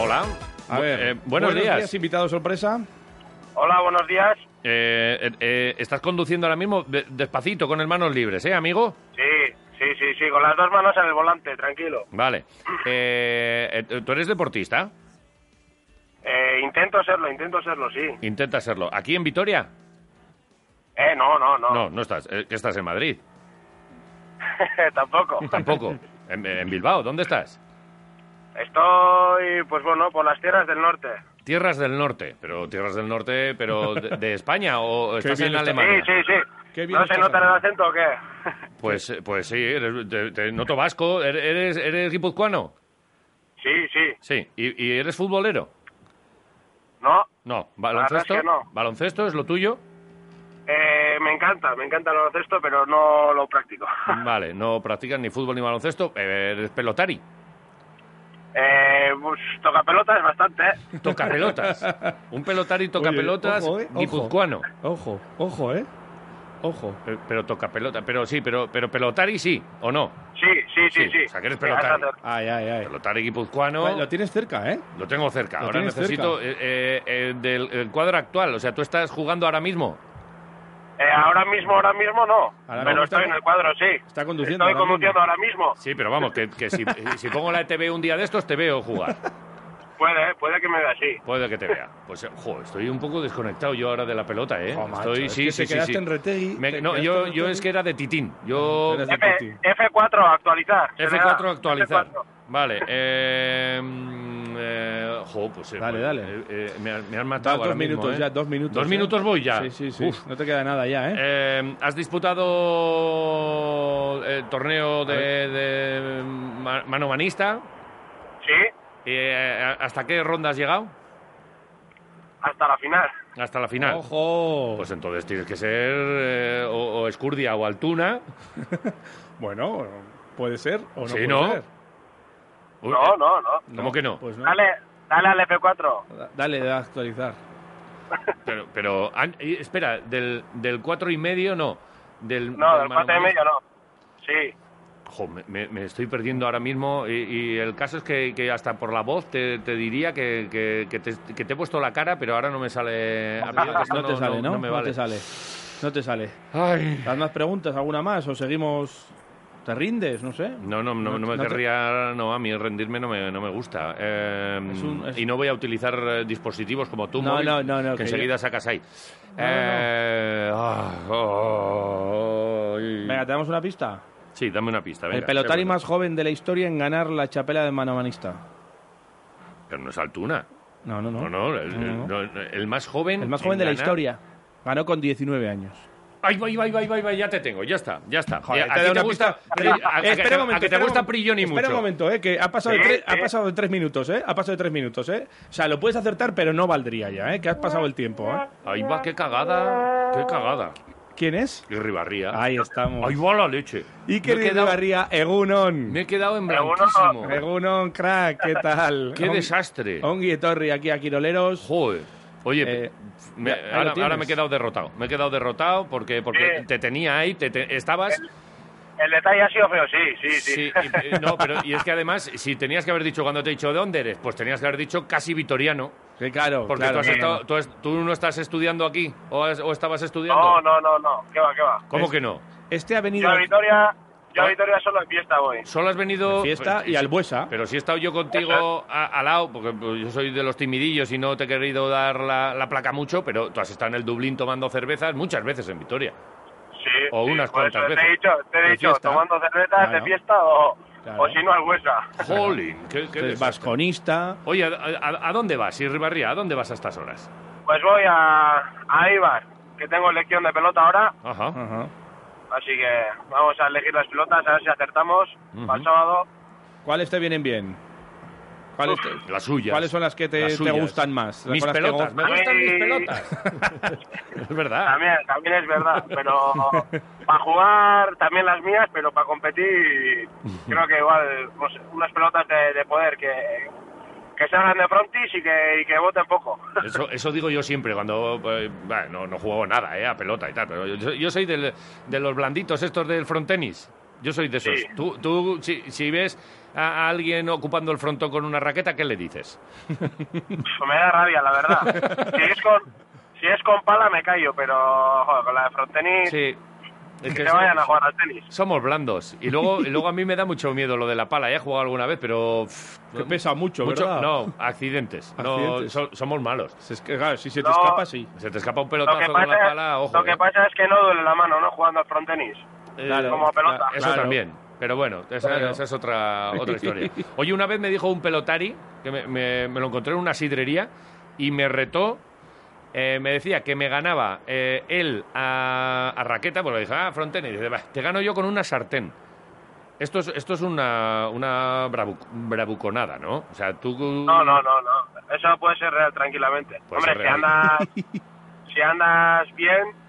Hola. A Bu- ver, eh, buenos, días. invitado sorpresa. Hola, buenos días. Eh, eh, eh, estás conduciendo ahora mismo de- despacito con el manos libres, ¿eh, amigo? Sí, sí, sí, sí, con las dos manos en el volante, tranquilo. Vale. Eh, eh, ¿Tú eres deportista? Eh, intento serlo, intento serlo, sí. Intenta serlo. ¿Aquí en Vitoria? Eh, no, no, no, No, no estás. Eh, que estás en Madrid. tampoco. Tampoco. En, en Bilbao, ¿dónde estás? Estoy, pues bueno, por las tierras del norte. Tierras del Norte, pero tierras del norte, pero de, de España o estás bien en está- Alemania. Sí, sí, Qué sí. bien ¿No se estás nota el hablando. acento o qué? Pues, eh, pues sí, eres- te, te noto vasco. ¿Eres, eres- eres guipuzcoano? Sí, sí. Sí. ¿Y, y eres futbolero? No, No. verdad es ¿Baloncesto? que no. ¿Baloncesto es lo tuyo? eh, me encanta, me encanta el baloncesto, pero no lo practico. Vale, no practicas ni fútbol ni baloncesto. Eres pelotari. Eh, pues, toca pelotas bastante, ¿eh? Toca pelotas. Un pelotari toca Oye, pelotas ojo, eh, ojo. guipuzcoano. Ojo, ojo, ¿eh? Ojo. Pero, pero toca pelota. Pero sí, pero, pero pelotari sí, ¿o no? Sí, sí, sí, Sí, sí. o sea, que eres Sí, has de pelotari. hacer- Ay, ay, ay. Pelotari guipuzcoano. Vale, Lo tienes cerca, ¿eh? Lo tengo cerca. Lo ahora tienes necesito eh, cerca. eh, eh, del el cuadro actual. O sea, tú estás jugando ahora mismo. Eh, ahora mismo, ahora mismo no. Ahora mismo pero está- estoy en el cuadro, sí. está conduciendo Estoy ahora mismo. conduciendo ahora mismo. Sí, pero vamos, que, que si, si pongo la ETV un día de estos, te veo jugar. Puede, eh, puede que me vea así. Puede que te vea. Pues, eh, jo, estoy un poco desconectado yo ahora de la pelota, ¿eh? Jo, macho, estoy, es sí, que sí, te sí, quedaste sí. en Retegui, Me- te no, quedaste yo, en yo Retegui. es que era de Titín. Yo. Eres de Titi. F, F4 actualizar. F4 actualizar. F4. Vale. Eh, mm, eh, jo, pues. eh, Dale, pues, dale. eh, eh, me, han- me han Da matado. dos ahora mismo, minutos ¿eh? ya, dos minutos. Dos ¿eh? minutos voy ya. Sí, sí, sí. Uf. No te queda nada ya, ¿eh? Eh, has disputado el torneo de, de mm, ma- manomanista. Sí, Eh, ¿Hasta qué ronda has llegado? hasta la final. Hasta la final. Ojo. Pues entonces tienes que ser eh, o, o Escurdia o Altuna. bueno, puede ser o no Sí, puede ¿no? ser. Uy, eh, No, no, no. ¿Cómo que no? Pues no. Dale, dale al F4. Da- Dale, da a actualizar. Eh, Pero, pero an- eh, espera, del, del cuatro y medio no. Del, No, del 4 manomanista. y medio no. Sí. Jo, me, me- me estoy perdiendo ahora mismo y, y el caso es que, que hasta por la voz te, te diría que, que- que te, que te he puesto la cara, pero ahora no me sale... a mí esto No te sale, ¿no? No me vale. te sale. No te sale. Ay. ¿Las más preguntas? ¿Alguna más? ¿O seguimos? ¿Te rindes? No sé. No, no, no, no me no te- querría, no, a mí rendirme no me, no me gusta. Eh, Es un- es- Y no voy a utilizar eh, dispositivos como tú, No, móvil, no, no, no, que que enseguida sacas ahí. No, no, no. Eh, ah, oh, ay. Venga, te damos una pista. Sí, dame una pista. el venga, pelotari seguro. más joven de la historia en ganar la chapela de manomanista. Pero no es Altuna. No, no, no. No, no, el, No, no, no. no, el más joven... El más joven en de la ganar- historia. Ganó con 19 años. Ay, va, va, va, va, va, ya te tengo, ya está, ya está. Joder, Ya, a te he ti dado te una gusta... pista. Pri- a- a- Eh, espera un a momento, que te espera gusta un- Prilloni mucho. Espera un momento, eh, que ha pasado, de Sí, tres, ha sí. pasado de tres minutos, eh. Ha pasado de tres minutos, eh. O sea, lo puedes acertar, pero no valdría ya, eh. Que has pasado el tiempo, eh. Ahí va, qué cagada, qué cagada. ¿Quién es? Y Ribarría. Ahí estamos. Ahí va la leche. Iker Me he quedado- Barría, Egunon. Me he quedado en Pero uno- blanquísimo. Egunon, crack, ¿qué tal? ¡Qué desastre! Ongi Torri aquí a Quiroleros. ¡Joder! Oye, Eh, me- ya, ahí lo ahora, tienes. ahora me he quedado derrotado. Me he quedado derrotado porque, porque Eh. te tenía ahí, te, te- estabas... El detalle ha sido feo, sí, sí, sí. Sí, y- eh, no, pero y es que además, si tenías que haber dicho cuando te he dicho de dónde eres, pues tenías que haber dicho casi vitoriano. Que claro, Porque claro. tú, has no, estado- tú has- tú no estás estudiando aquí o, has- o estabas estudiando. No, no, no, no. ¿Qué va, qué va? ¿Cómo Es- que no? no. Este ha Yo venido a aquí Vitoria, yo a Vitoria solo en fiesta voy. Solo has venido. a fiesta Pues, y al Buesa. Pero si he estado yo contigo a- al lado, porque pues, yo soy de los timidillos y no te he querido dar la, la placa mucho, pero tú has estado en el Dublín tomando cervezas muchas veces en Vitoria. Sí. O sí, unas por eso cuantas Te he veces. dicho, te he De dicho fiesta. tomando cervezas Claro. de fiesta o, Claro. o si no al huesa. Jolín, qué, qué Es desastre. vasconista. Oye, ¿a, a- a dónde vas, Irribarría? ¿A dónde vas a estas horas? Pues voy a, a Ibar, que tengo elección de pelota ahora. Ajá. Ajá. Así que vamos a elegir las pelotas, a ver si acertamos para el sábado. ¿Cuáles te vienen bien? ¿Cuáles, te- Las suyas. ¿cuáles son las que te, Las te suyas. gustan más? Mis ¿Con las que pelotas, gozas? me gustan mis Ay. pelotas. es verdad. También, también es verdad, pero para jugar también las mías, pero para competir creo que igual pues, unas pelotas de, de poder que, que salgan de frontis y que, y que voten poco. Eso, eso digo yo siempre cuando eh, bueno, no, no juego nada, eh, a pelota y tal. Pero yo, yo soy del- de los blanditos estos del frontenis. Yo soy de esos. Sí. Tú, tú si, si ves a a alguien ocupando el frontón con una raqueta, ¿qué le dices? Pf, me da rabia, la verdad. Si es con, si es con pala me callo, pero joder, con la de frontenis, Sí. que, Es se so- vayan a jugar al tenis. Somos blandos. Y luego, y luego a mí me da mucho miedo lo de la pala. Ya he jugado alguna vez, pero. pff, Que pesa mucho, mucho- ¿verdad? no, accidentes. No, Accidentes. so- somos malos. Se es- claro, si se te No. escapa, sí. Se te escapa un Lo pelotazo que, con la pasa, pala, ojo. lo que eh. pasa es que no duele la mano, ¿no? Jugando al frontenis. Eh, Claro. como pelota. Eso Claro. también. Pero bueno, esa, Claro. esa es otra, otra historia. Oye, una vez me dijo un pelotari, que me, me- me lo encontré en una sidrería, y me retó, eh, me decía que me ganaba eh, él a, a raqueta, pues le dije, ah, frontena, y dice, "Bah, te gano yo con una sartén. Esto es, esto es una, una bravu- bravuconada, ¿no? O sea, tú... No, no, no, no. Eso puede ser real tranquilamente. Puede Hombre, ser si real. andas, si andas bien,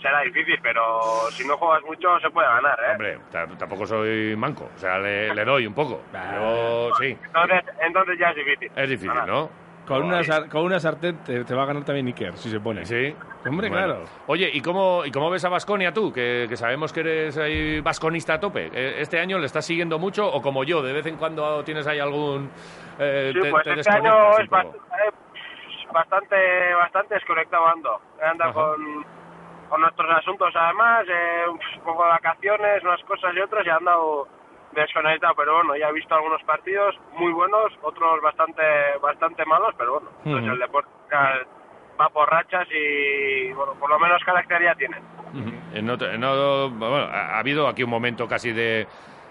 será difícil, pero si no juegas mucho se puede ganar, ¿eh? Hombre, ta- tampoco soy manco, o sea, le, le doy un poco. Yo sí, Entonces, entonces ya es difícil. es difícil, Ganar. ¿no? Con, una, Ay. sar- con una sartén te, te va a ganar también Iker, si se pone. Sí. Hombre, claro. Oye, ¿y cómo, ¿y cómo ves a Vasconia tú? Que, que sabemos que eres ahí vasconista a tope. Eh, ¿Este año le estás siguiendo mucho o como yo? De vez en cuando tienes ahí algún. eh, Sí, te- pues te este desconectas año un es poco. bast- eh, bastante, bastante desconectado ando. He andado Ajá. con, con nuestros asuntos además, eh, un poco de vacaciones, unas cosas y otras, y he andado desconectado, pero bueno, ya he visto algunos partidos muy buenos, otros bastante bastante malos, pero bueno, entonces Ujú. el deporte al- va por rachas y bueno, por lo menos carácter ya tienen. Ujú. Eh, no te- no- bueno, ha ha habido aquí un momento casi de.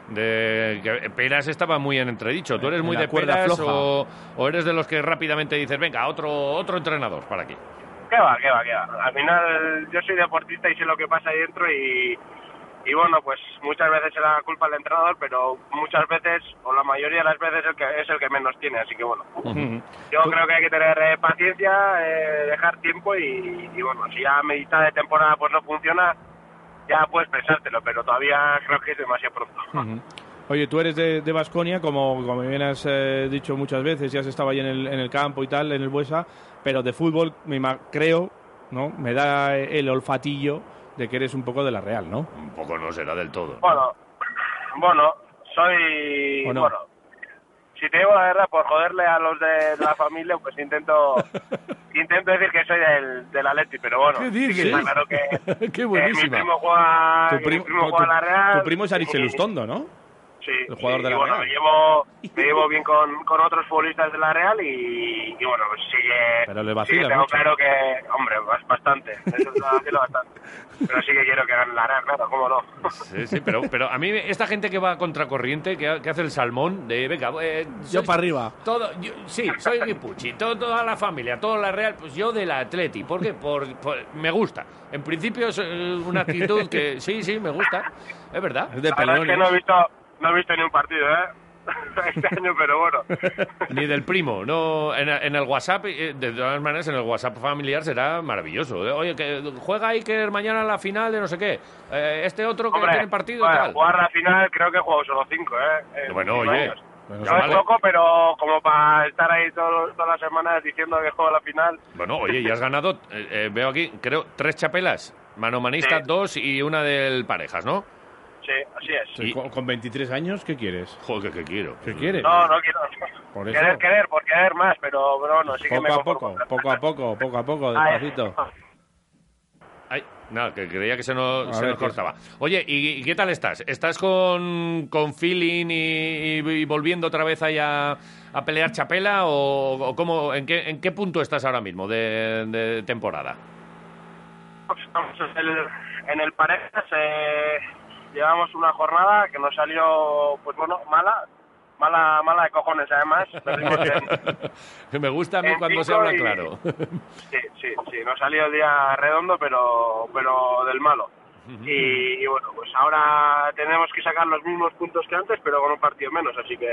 de que Peras estaba muy en entredicho. ¿Tú eres En muy la de cuerda Peras floja. o, o eres de los que rápidamente dices, venga, otro, otro entrenador para aquí? ¿Qué va, qué va, qué va? Al final yo soy deportista y sé lo que pasa ahí dentro y, y bueno, pues muchas veces será la culpa del entrenador, pero muchas veces, o la mayoría de las veces, el que, es el que menos tiene. Así que bueno, yo Tú- creo que hay que tener eh, paciencia, eh, dejar tiempo y, y bueno, si ya a mitad de temporada pues no funciona, ya puedes pensártelo, pero todavía creo que es demasiado pronto. Ujú. Oye, tú eres de, de Basconia, como, como bien has eh, dicho muchas veces, ya has estado ahí en el, en el campo y tal, en el Buesa, pero de fútbol me ima- creo, ¿no? Me da eh, el olfatillo de que eres un poco de la Real, ¿no? Un poco no será del todo. ¿no? Bueno, bueno, soy. ¿O no? Bueno, si te digo la verdad, por joderle a los de la familia, pues intento intento decir que soy del, del Atleti, pero bueno. ¿Qué dices? está claro que, Qué que mi buenísima. primo juega, Tu que Eh, mi primo- primo tu- juega a la tu- Real. tu primo es Aritz y- Elustondo, ¿no? Sí, el jugador sí, de la y bueno, Real. Me llevo, me llevo bien con, con otros futbolistas de la Real y, y bueno, pues sí que, Pero le sí vacilas que tengo mucho. claro que, hombre, bas- bastante, eso te lo vacilo bastante. Pero sí que quiero que gane la Real, claro, cómo no. Sí, sí, pero, pero a mí esta gente que va a contracorriente, que, ha- que hace el salmón, de venga, eh, sois- arriba. todo, yo- sí, soy Guipuchi, to- toda la familia, toda la Real, pues yo del Atleti, porque por, por- me gusta. En principio es eh, una actitud que sí, sí, me gusta, es ¿eh? verdad. Es de La verdad es que pelones. no he visto, no he visto ni un partido, ¿eh? Este año, pero bueno. Ni del primo, no. En, en el WhatsApp, eh, de todas maneras, en el WhatsApp familiar será maravilloso. Eh, Oye, que juega Iker mañana la final de no sé qué. eh, este otro que Hombre, tiene partido bueno, tal. jugar la final creo que he jugado solo cinco, ¿eh? En Bueno, cinco oye, años. bueno, ya no es vale. poco, pero como para estar ahí todo- todas las semanas diciendo que juego la final, Bueno, oye, ya has ganado, eh, eh, veo aquí, creo, tres chapelas. Manomanista, Sí. dos y una del parejas, ¿no? sí, así es. Sí, con, con 23 años, ¿qué quieres? Joder, ¿qué quiero? ¿Qué quieres? No, no quiero. Por eso. querer, querer, por querer más, pero pero bueno, sí que me Poco a conformo. poco, poco a poco, poco a poco, Ay, despacito. Ay, nada, que creía que se nos, A se ver, nos ¿qué- cortaba. Oye, ¿y, y qué tal estás? ¿Estás con, con feeling y, y- y volviendo otra vez ahí a, a pelear chapela? ¿O, o cómo, en, qué, en qué punto estás ahora mismo de, de temporada? Estamos en el, en el parejas eh, llevamos una jornada que nos salió, pues bueno, mala, mala, mala de cojones además. Perdimos en- Que me gusta a mí En cuando se cinco habla y- claro. Sí, sí, sí, no ha salido el día redondo, pero, pero del malo. Y, y bueno, pues ahora tenemos que sacar los mismos puntos que antes, pero con un partido menos, así que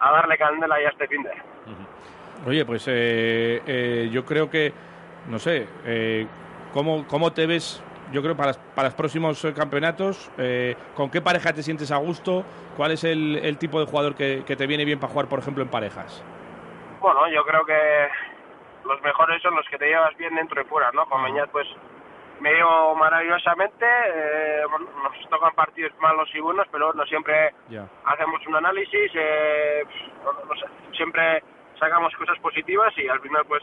a darle candela ya este fin de. Oye, pues eh, eh, yo creo que, no sé, eh, ¿cómo, ¿cómo te ves, yo creo, para, para los próximos eh, campeonatos? Eh, ¿Con qué pareja te sientes a gusto? ¿Cuál es el, el tipo de jugador que, que te viene bien para jugar, por ejemplo, en parejas? Bueno, yo creo que los mejores son los que te llevas bien dentro y fuera, ¿no? Con Meñat, pues me llevo maravillosamente. eh, nos tocan partidos malos y buenos, pero bueno, siempre Ya. hacemos un análisis, eh, no- no sé, siempre sacamos cosas positivas y al final pues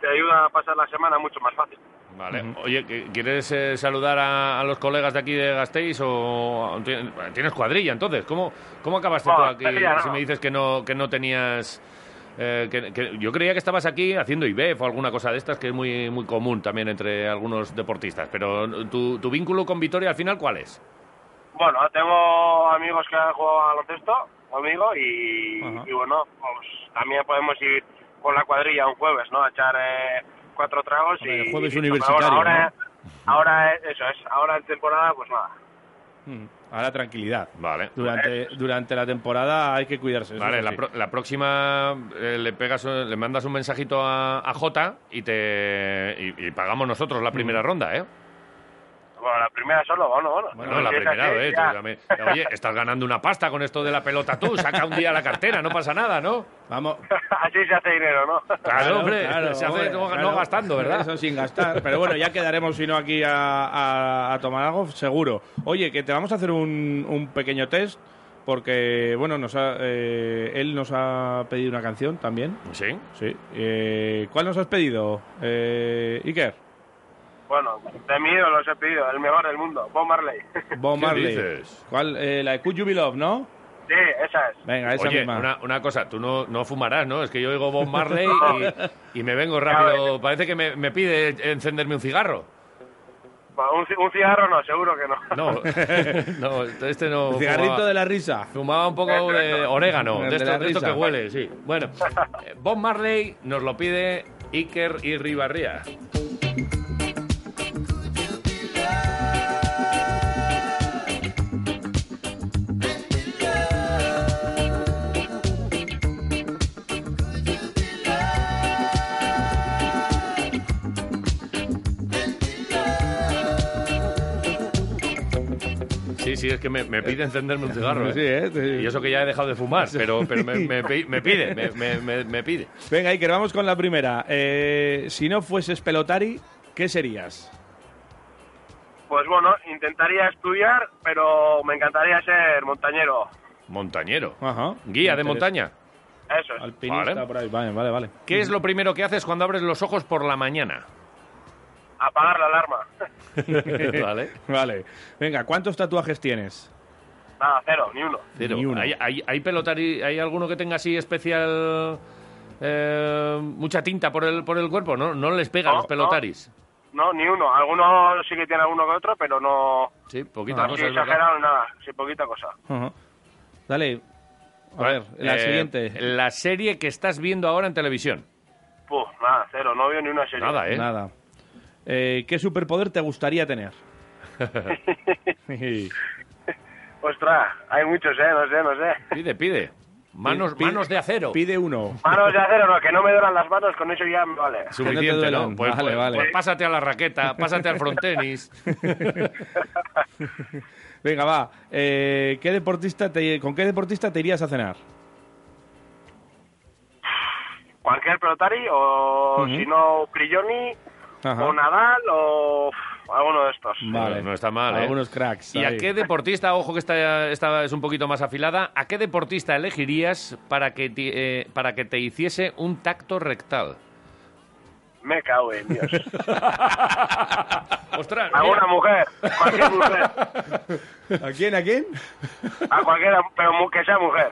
te ayuda a pasar la semana mucho más fácil. Vale. Oye, ¿qu- ¿quieres eh, saludar a, a los colegas de aquí de Gasteiz o ti- tienes cuadrilla entonces? ¿Cómo, cómo acabaste No, tú aquí? cuadrilla no. Si me dices que no que no tenías eh, que, que- yo creía que estabas aquí haciendo IBEF o alguna cosa de estas que es muy muy común también entre algunos deportistas, pero tu, tu vínculo con Vitoria al final ¿cuál es? Bueno, tengo amigos que han jugado a baloncesto conmigo y, Ajá. y bueno, pues también podemos ir con la cuadrilla un jueves, ¿no? A echar eh, cuatro tragos Hombre, y... el jueves y- universitario, pero bueno, ahora, ahora, eh, eso es, ahora en temporada pues nada. Mm, Ahora tranquilidad. Vale. Durante, durante la temporada hay que cuidarse. eso Vale, es la, así. pro- la próxima eh, le pegas, un- le mandas un mensajito a, a Jota y te y, y pagamos nosotros la primera ronda, ¿eh? Bueno, la primera solo, bueno, bueno. Bueno, la Si es primera así, eh, vez. ya. tú también. Oye, estás ganando una pasta con esto de la pelota tú. Saca un día la cartera, no pasa nada, ¿no? Vamos. Así se hace dinero, ¿no? Claro, hombre. claro, se hace hombre, no, no claro. gastando, ¿verdad? Eso sin gastar. Pero bueno, ya quedaremos, si no, aquí a, a- a tomar algo, seguro. Oye, que te vamos a hacer un, un pequeño test, porque, bueno, nos ha, eh, él nos ha pedido una canción también. Sí. Sí. Eh, ¿Cuál nos has pedido, eh, Iker? Bueno, de mí los he pedido, el mejor del mundo, Bob Marley. Bob ¿Qué Marley. dices? ¿Cuál? Eh, la de Could You Be Love, ¿no? sí, esa es. Venga, esa Oye, misma. una, una cosa, tú no, no fumarás, ¿no? Es que yo oigo Bob Marley y, y me vengo rápido. Parece que me, me pide encenderme un cigarro. Bueno, Un, ci- un cigarro no, seguro que no. No, no este no. El cigarrito fumaba. de la risa. Fumaba un poco de orégano, De de, esto, la de esto risa. que huele, sí. Bueno, eh, Bob Marley nos lo pide Iker y Ribarría. Sí, sí, es que me, me pide encenderme un cigarro. ¿eh? Sí, ¿eh? Sí. Y eso que ya he dejado de fumar, pero, pero me, me pi- me pide, me, me- me- me pide. Venga, Iker, vamos con la primera. Eh, si no fueses pelotari, ¿qué serías? Pues bueno, intentaría estudiar, pero me encantaría ser montañero. Montañero. Ajá. Guía de Interés- montaña. Eso es. Alpinista Vale. por ahí. Vale, vale, vale. ¿Qué es lo primero que haces cuando abres los ojos por la mañana? Apagar la alarma. ¿Vale? Vale. Venga, ¿cuántos tatuajes tienes? Nada, cero, ni uno. Cero. Ni uno. ¿Hay, hay, hay pelotari- ¿Hay alguno que tenga así especial... eh, mucha tinta por el, por el cuerpo? ¿No, no les pega a No, los pelotaris? No, ni uno. Algunos sí que tiene alguno que otro, pero no. Sí, poquita Así cosa. pues es verdad. exagerado, nada. Sí, poquita cosa. Ajá. Dale. A Vale, ver, la eh, siguiente. La serie que estás viendo ahora en televisión. Puf, nada, cero. No veo ni una serie. Nada, ¿eh? Nada. Eh, ¿Qué superpoder te gustaría tener? eh. Ostras, hay muchos, ¿eh? No sé, no sé. Pide, pide. Manos, Pide- manos de acero. Pide uno. Manos de acero, no, que no me duran las manos, con eso ya me vale. Que no te Suficiente, ¿no? duelan. Pues, Vale, pues- vale. pues pásate a la raqueta, pásate al frontenis. Venga, va. Eh, ¿qué deportista te- ¿Con qué deportista te irías a cenar? Cualquier pelotari, o Ujú. si no, Prilloni, Ajá. o Nadal, o uf, alguno de estos. Vale. No está mal, ¿eh? Algunos cracks. ¿Y a ahí. qué deportista, ojo que esta, esta es un poquito más afilada, ¿a qué deportista elegirías para que, ti- eh, para que te hiciese un tacto rectal? Me cago en Dios. Ostras, A una mujer, cualquier mujer, ¿A quién? ¿A quién? a cualquiera, pero mu- que sea mujer.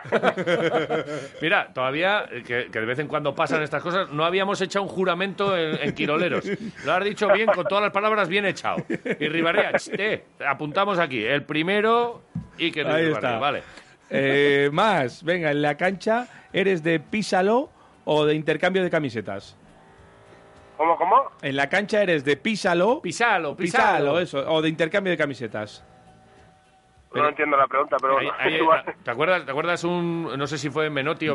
Mira, todavía, eh, que, que de vez en cuando pasan estas cosas, no habíamos hecho un juramento en, en Quiroleros. Lo has dicho bien, con todas las palabras bien echado. Y Ribarrea, ch, eh, apuntamos aquí, el primero y que Ahí está. vale. Eh, más, venga, en la cancha, ¿eres de písalo o de intercambio de camisetas? ¿Cómo, cómo? En la cancha eres de písalo. Pisalo, pisalo. Písalo, eso, o de intercambio de camisetas. Pero- no entiendo la pregunta, pero Ahí- bueno. ahí- igual. ¿te, acuerdas, ¿Te acuerdas un, no sé si fue Menotti o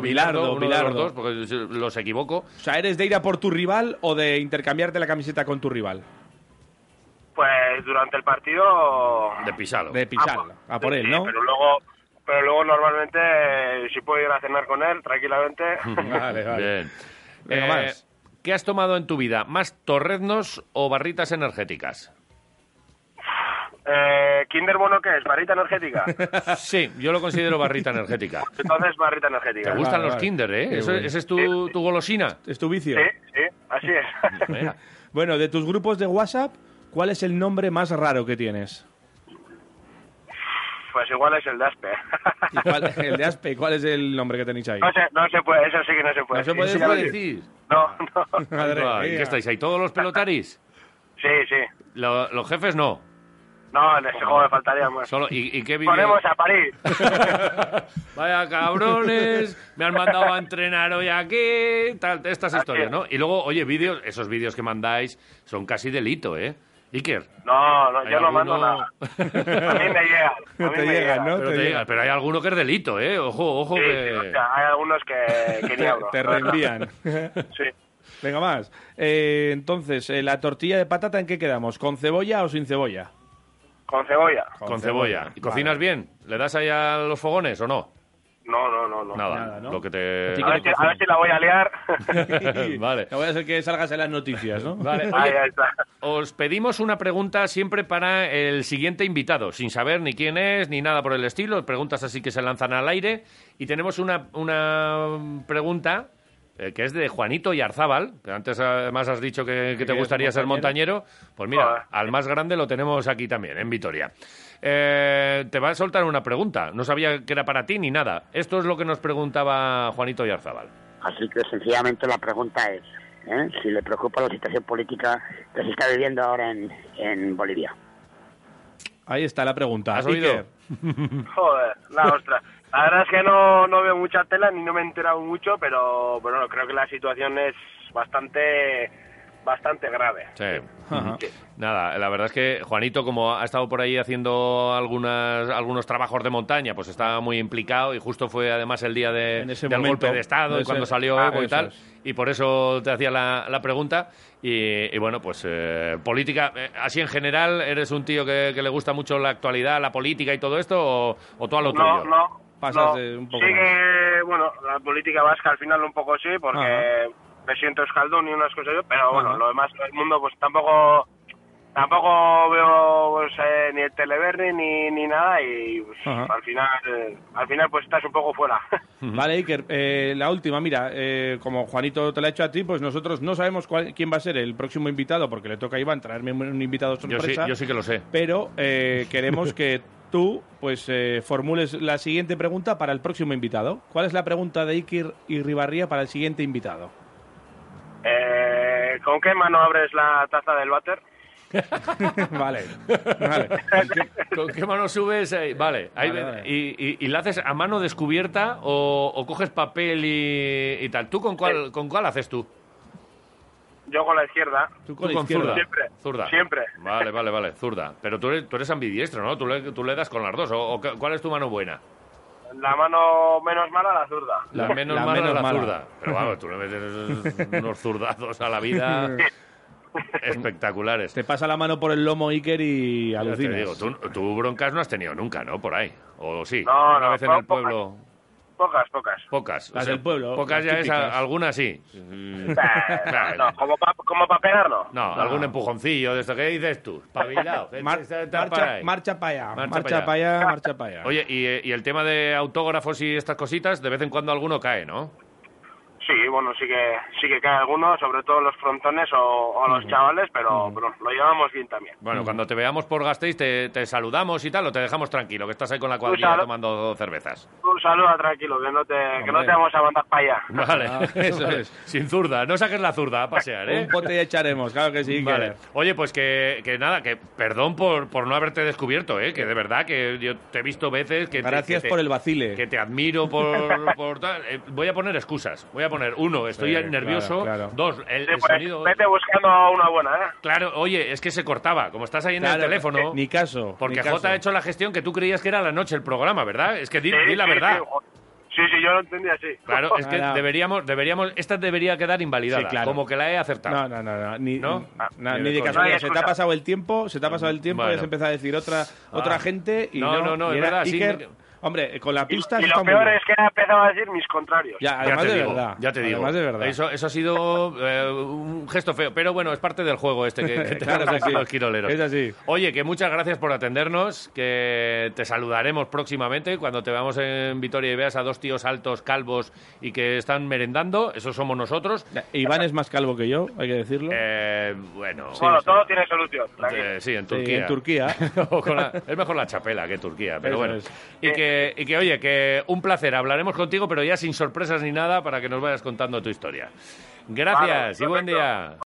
Bilardo, Bilardo, uno de Bilardo. los dos, porque los equivoco. O sea, ¿eres de ir a por tu rival o de intercambiarte la camiseta con tu rival? Pues durante el partido... De pisalo. De pisarlo, a por él, Sí, ¿no? Pero luego, pero luego normalmente, eh, si puedo ir a cenar con él, tranquilamente... Vale, vale. Bien. Venga, Eh, más. ¿Qué has tomado en tu vida? ¿Más torreznos o barritas energéticas? Eh, ¿Kinder Bueno qué es? ¿Barrita energética? Sí, yo lo considero barrita energética. Entonces, barrita Te energética. gustan Vale, los vale. Kinder, ¿eh? Qué Eso- bueno. ¿Esa es tu, tu golosina? ¿Es tu vicio? Sí, sí, así es. Mira. Bueno, de tus grupos de WhatsApp, ¿cuál es el nombre más raro que tienes? Pues igual es el Daspe. ¿Y cuál- el de Aspe, ¿cuál es el nombre que tenéis ahí? No se, no se puede, eso sí que no se Pues puede. ¿No se decir, puede sí, ya lo digo. decir? No, no. Madre Ay, mía. ¿Qué estáis ahí? ¿Todos los pelotaris? Sí, sí. Lo- los jefes no. No, en ese juego me faltaría más. Solo, ¿Y, y qué vídeo? Ponemos a París. Vaya cabrones, me han mandado a entrenar hoy aquí, tal, estas historias, ¿no? Y luego, oye, vídeos, esos vídeos que mandáis son casi delito, ¿eh? Iker, No, no, Hay yo no mando alguno- nada. A mí me llegan. A mí Te me llegan, ¿no? pero, Te te llega. diga- pero hay alguno que es delito, ¿eh? Ojo, ojo Sí, sí, que... o sea, hay algunos que, que ni Te, abro. te reenvían. Sí. Venga, más. Eh, entonces, eh, ¿la tortilla de patata en qué quedamos? ¿Con cebolla o sin cebolla? Con cebolla. Con cebolla. ¿Y cocinas bien? ¿Le das ahí a los fogones o no? No, no, no, no. Nada, Nada, ¿no? lo que te... Así A ver, si, a ver si la voy a liar. cebolla. Vale. No voy a hacer que salgas en las noticias, ¿no? Vale, Ahí oye, ahí está. Os pedimos una pregunta siempre para el siguiente invitado, sin saber ni quién es ni nada por el estilo. Preguntas así que se lanzan al aire. Y tenemos una, una pregunta eh, que es de Juanito Yarzábal, que antes además has dicho que, que te eres gustaría ser montañero. Pues mira, Joder. al más grande lo tenemos aquí también, en Vitoria. Eh, te va a soltar una pregunta. No sabía que era para ti ni nada. Esto es lo que nos preguntaba Juanito Yarzábal. Así que sencillamente la pregunta es ¿eh? si le preocupa la situación política que se está viviendo ahora en, en Bolivia. Ahí está la pregunta. ¿Has oído? Iker, Joder, la ostra. La verdad es que no, no veo mucha tela ni no me he enterado mucho, pero bueno, creo que la situación es bastante bastante grave. Sí. Ajá. Nada, la verdad es que Juanito, como ha estado por ahí haciendo algunas, algunos trabajos de montaña, pues estaba muy implicado y justo fue además el día de, En ese del momento, golpe de Estado y ese- cuando salió ah, Evo y eso tal. es. Y por eso te hacía la, la pregunta. Y, y bueno, pues eh, política, eh, así en general, ¿eres un tío que, que le gusta mucho la actualidad, la política y todo esto o, o todo a lo No, tuyo? no. Pasas no. de un poco Sí que, bueno, la política vasca al final un poco sí, porque me siento escaldón y unas cosas, yo, pero bueno, Ajá. lo demás, el mundo, pues tampoco tampoco veo pues, eh, ni el televerni ni, ni nada y pues, Ajá. al final eh, al final pues estás un poco fuera. Vale, Iker, eh, la última, mira, eh, como Juanito te la ha hecho a ti, pues nosotros no sabemos cuál- quién va a ser el próximo invitado, porque le toca a Iván traerme un- un invitado Yo, sí, sorpresa. yo sí que lo sé. Pero eh, queremos que tú, pues, eh, formules la siguiente pregunta para el próximo invitado. ¿Cuál es la pregunta de Iker y Ribarría para el siguiente invitado? Eh, ¿Con qué mano abres la taza del váter? vale, vale. ¿Con qué mano subes? Eh, Vale, ahí Vale, ve- vale. Y, y- y la haces a mano descubierta o, o coges papel y, y tal. ¿Tú con cuál, con cuál haces tú? Yo con la izquierda. ¿Tú Tú con la izquierda. zurda? Siempre, Zurda. siempre. Vale, vale, vale, zurda. Pero tú eres, tú eres ambidiestro, ¿no? Tú le, tú le das con las dos. ¿O, o qué- cuál es tu mano buena? La mano menos mala, la zurda. La La- menos la mala menos la mala. zurda. Pero vamos, tú le metes unos zurdazos a la vida espectaculares. Te pasa la mano por el lomo Iker y Ya te alucinas. digo, tú, tú broncas no has tenido nunca, ¿no? Por ahí. O sí. No, Una no, vez en po- el pueblo. Pocas, pocas. Pocas. Las del pueblo, Pocas las ya es típicas. a- algunas sí. Eh, no, como para pegarlo. No, algún empujoncillo de esto. ¿Qué dices tú? Pabilao. Mar- Está- está para marcha, ahí. marcha para allá, Marcha marcha, pa' para allá, marcha para allá. Oye, y, eh, y el tema de autógrafos y estas cositas, de vez en cuando alguno cae, ¿no? Sí, bueno, sí que sí que cae alguno, sobre todo los frontones o, o los chavales, pero bueno, lo llevamos bien también. Bueno, Mm. cuando te veamos por Gasteiz te, te saludamos y tal, o te dejamos tranquilo, que estás ahí con la cuadrilla Claro. tomando cervezas. Un saludo tranquilo, que no te, que no Hombre. te vamos a mandar para allá. Vale, Ah, eso vale. es. Sin zurda, no saques la zurda a pasear, ¿eh? Un pote ya echaremos, claro que sí. Iker. Vale. Oye, pues que, que nada, que perdón por, por no haberte descubierto, ¿eh? Que de verdad que yo te he visto veces que... te- Gracias que te- por el vacile. que te admiro por, por tal. Eh, voy a poner excusas. Voy a poner, uno, estoy Sí, claro, nervioso. claro. Dos, el, Sí, el pues, sonido. eh. vete buscando una buena, ¿eh? Claro, oye, es que se cortaba. Como estás ahí en el Claro, teléfono. Ni caso. porque ni caso. Jota ha hecho la gestión que tú creías que era la noche el programa, ¿verdad? Es que di, di la sí, verdad. Sí, joder. sí, sí, yo lo entendí así. Claro, es que Claro. deberíamos, deberíamos, esta debería quedar invalidada, Sí, claro. como que la he acertado. No, no, no, no, ni, Ah, ¿No? na- Ni ni de de coña. Mm, casualidad. Vale, Se te ha escucha. pasado el tiempo, se te ha pasado el tiempo Bueno. Ah. y has empezado a decir otra, otra gente y No, no, no, es y era verdad, sí, Iker- me- Hombre, eh, con la Y, pista y está lo muy peor bien. es que ha empezado a decir mis contrarios. Ya, además ya te de digo, verdad. Ya te digo. Además de verdad. Eso, eso ha sido eh, un gesto feo, pero bueno, es parte del juego este que, que Claro, tenemos es aquí así. los quiroleros. Es así. Oye, que muchas gracias por atendernos, que te saludaremos próximamente cuando te veamos en Vitoria y veas a dos tíos altos, calvos y que están merendando. Esos somos nosotros. Iván es más calvo que yo, hay que decirlo. Eh, bueno, Sí, bueno, sí. todo tiene solución. tranquilo. eh, sí, en Sí, Turquía. en Turquía. O con la- es mejor la chapela que Turquía, pero Eso bueno. es. Y que, y que, oye, que un placer. Hablaremos contigo, pero ya sin sorpresas ni nada, para que nos vayas contando tu historia. Gracias Vale, y buen perfecto. día.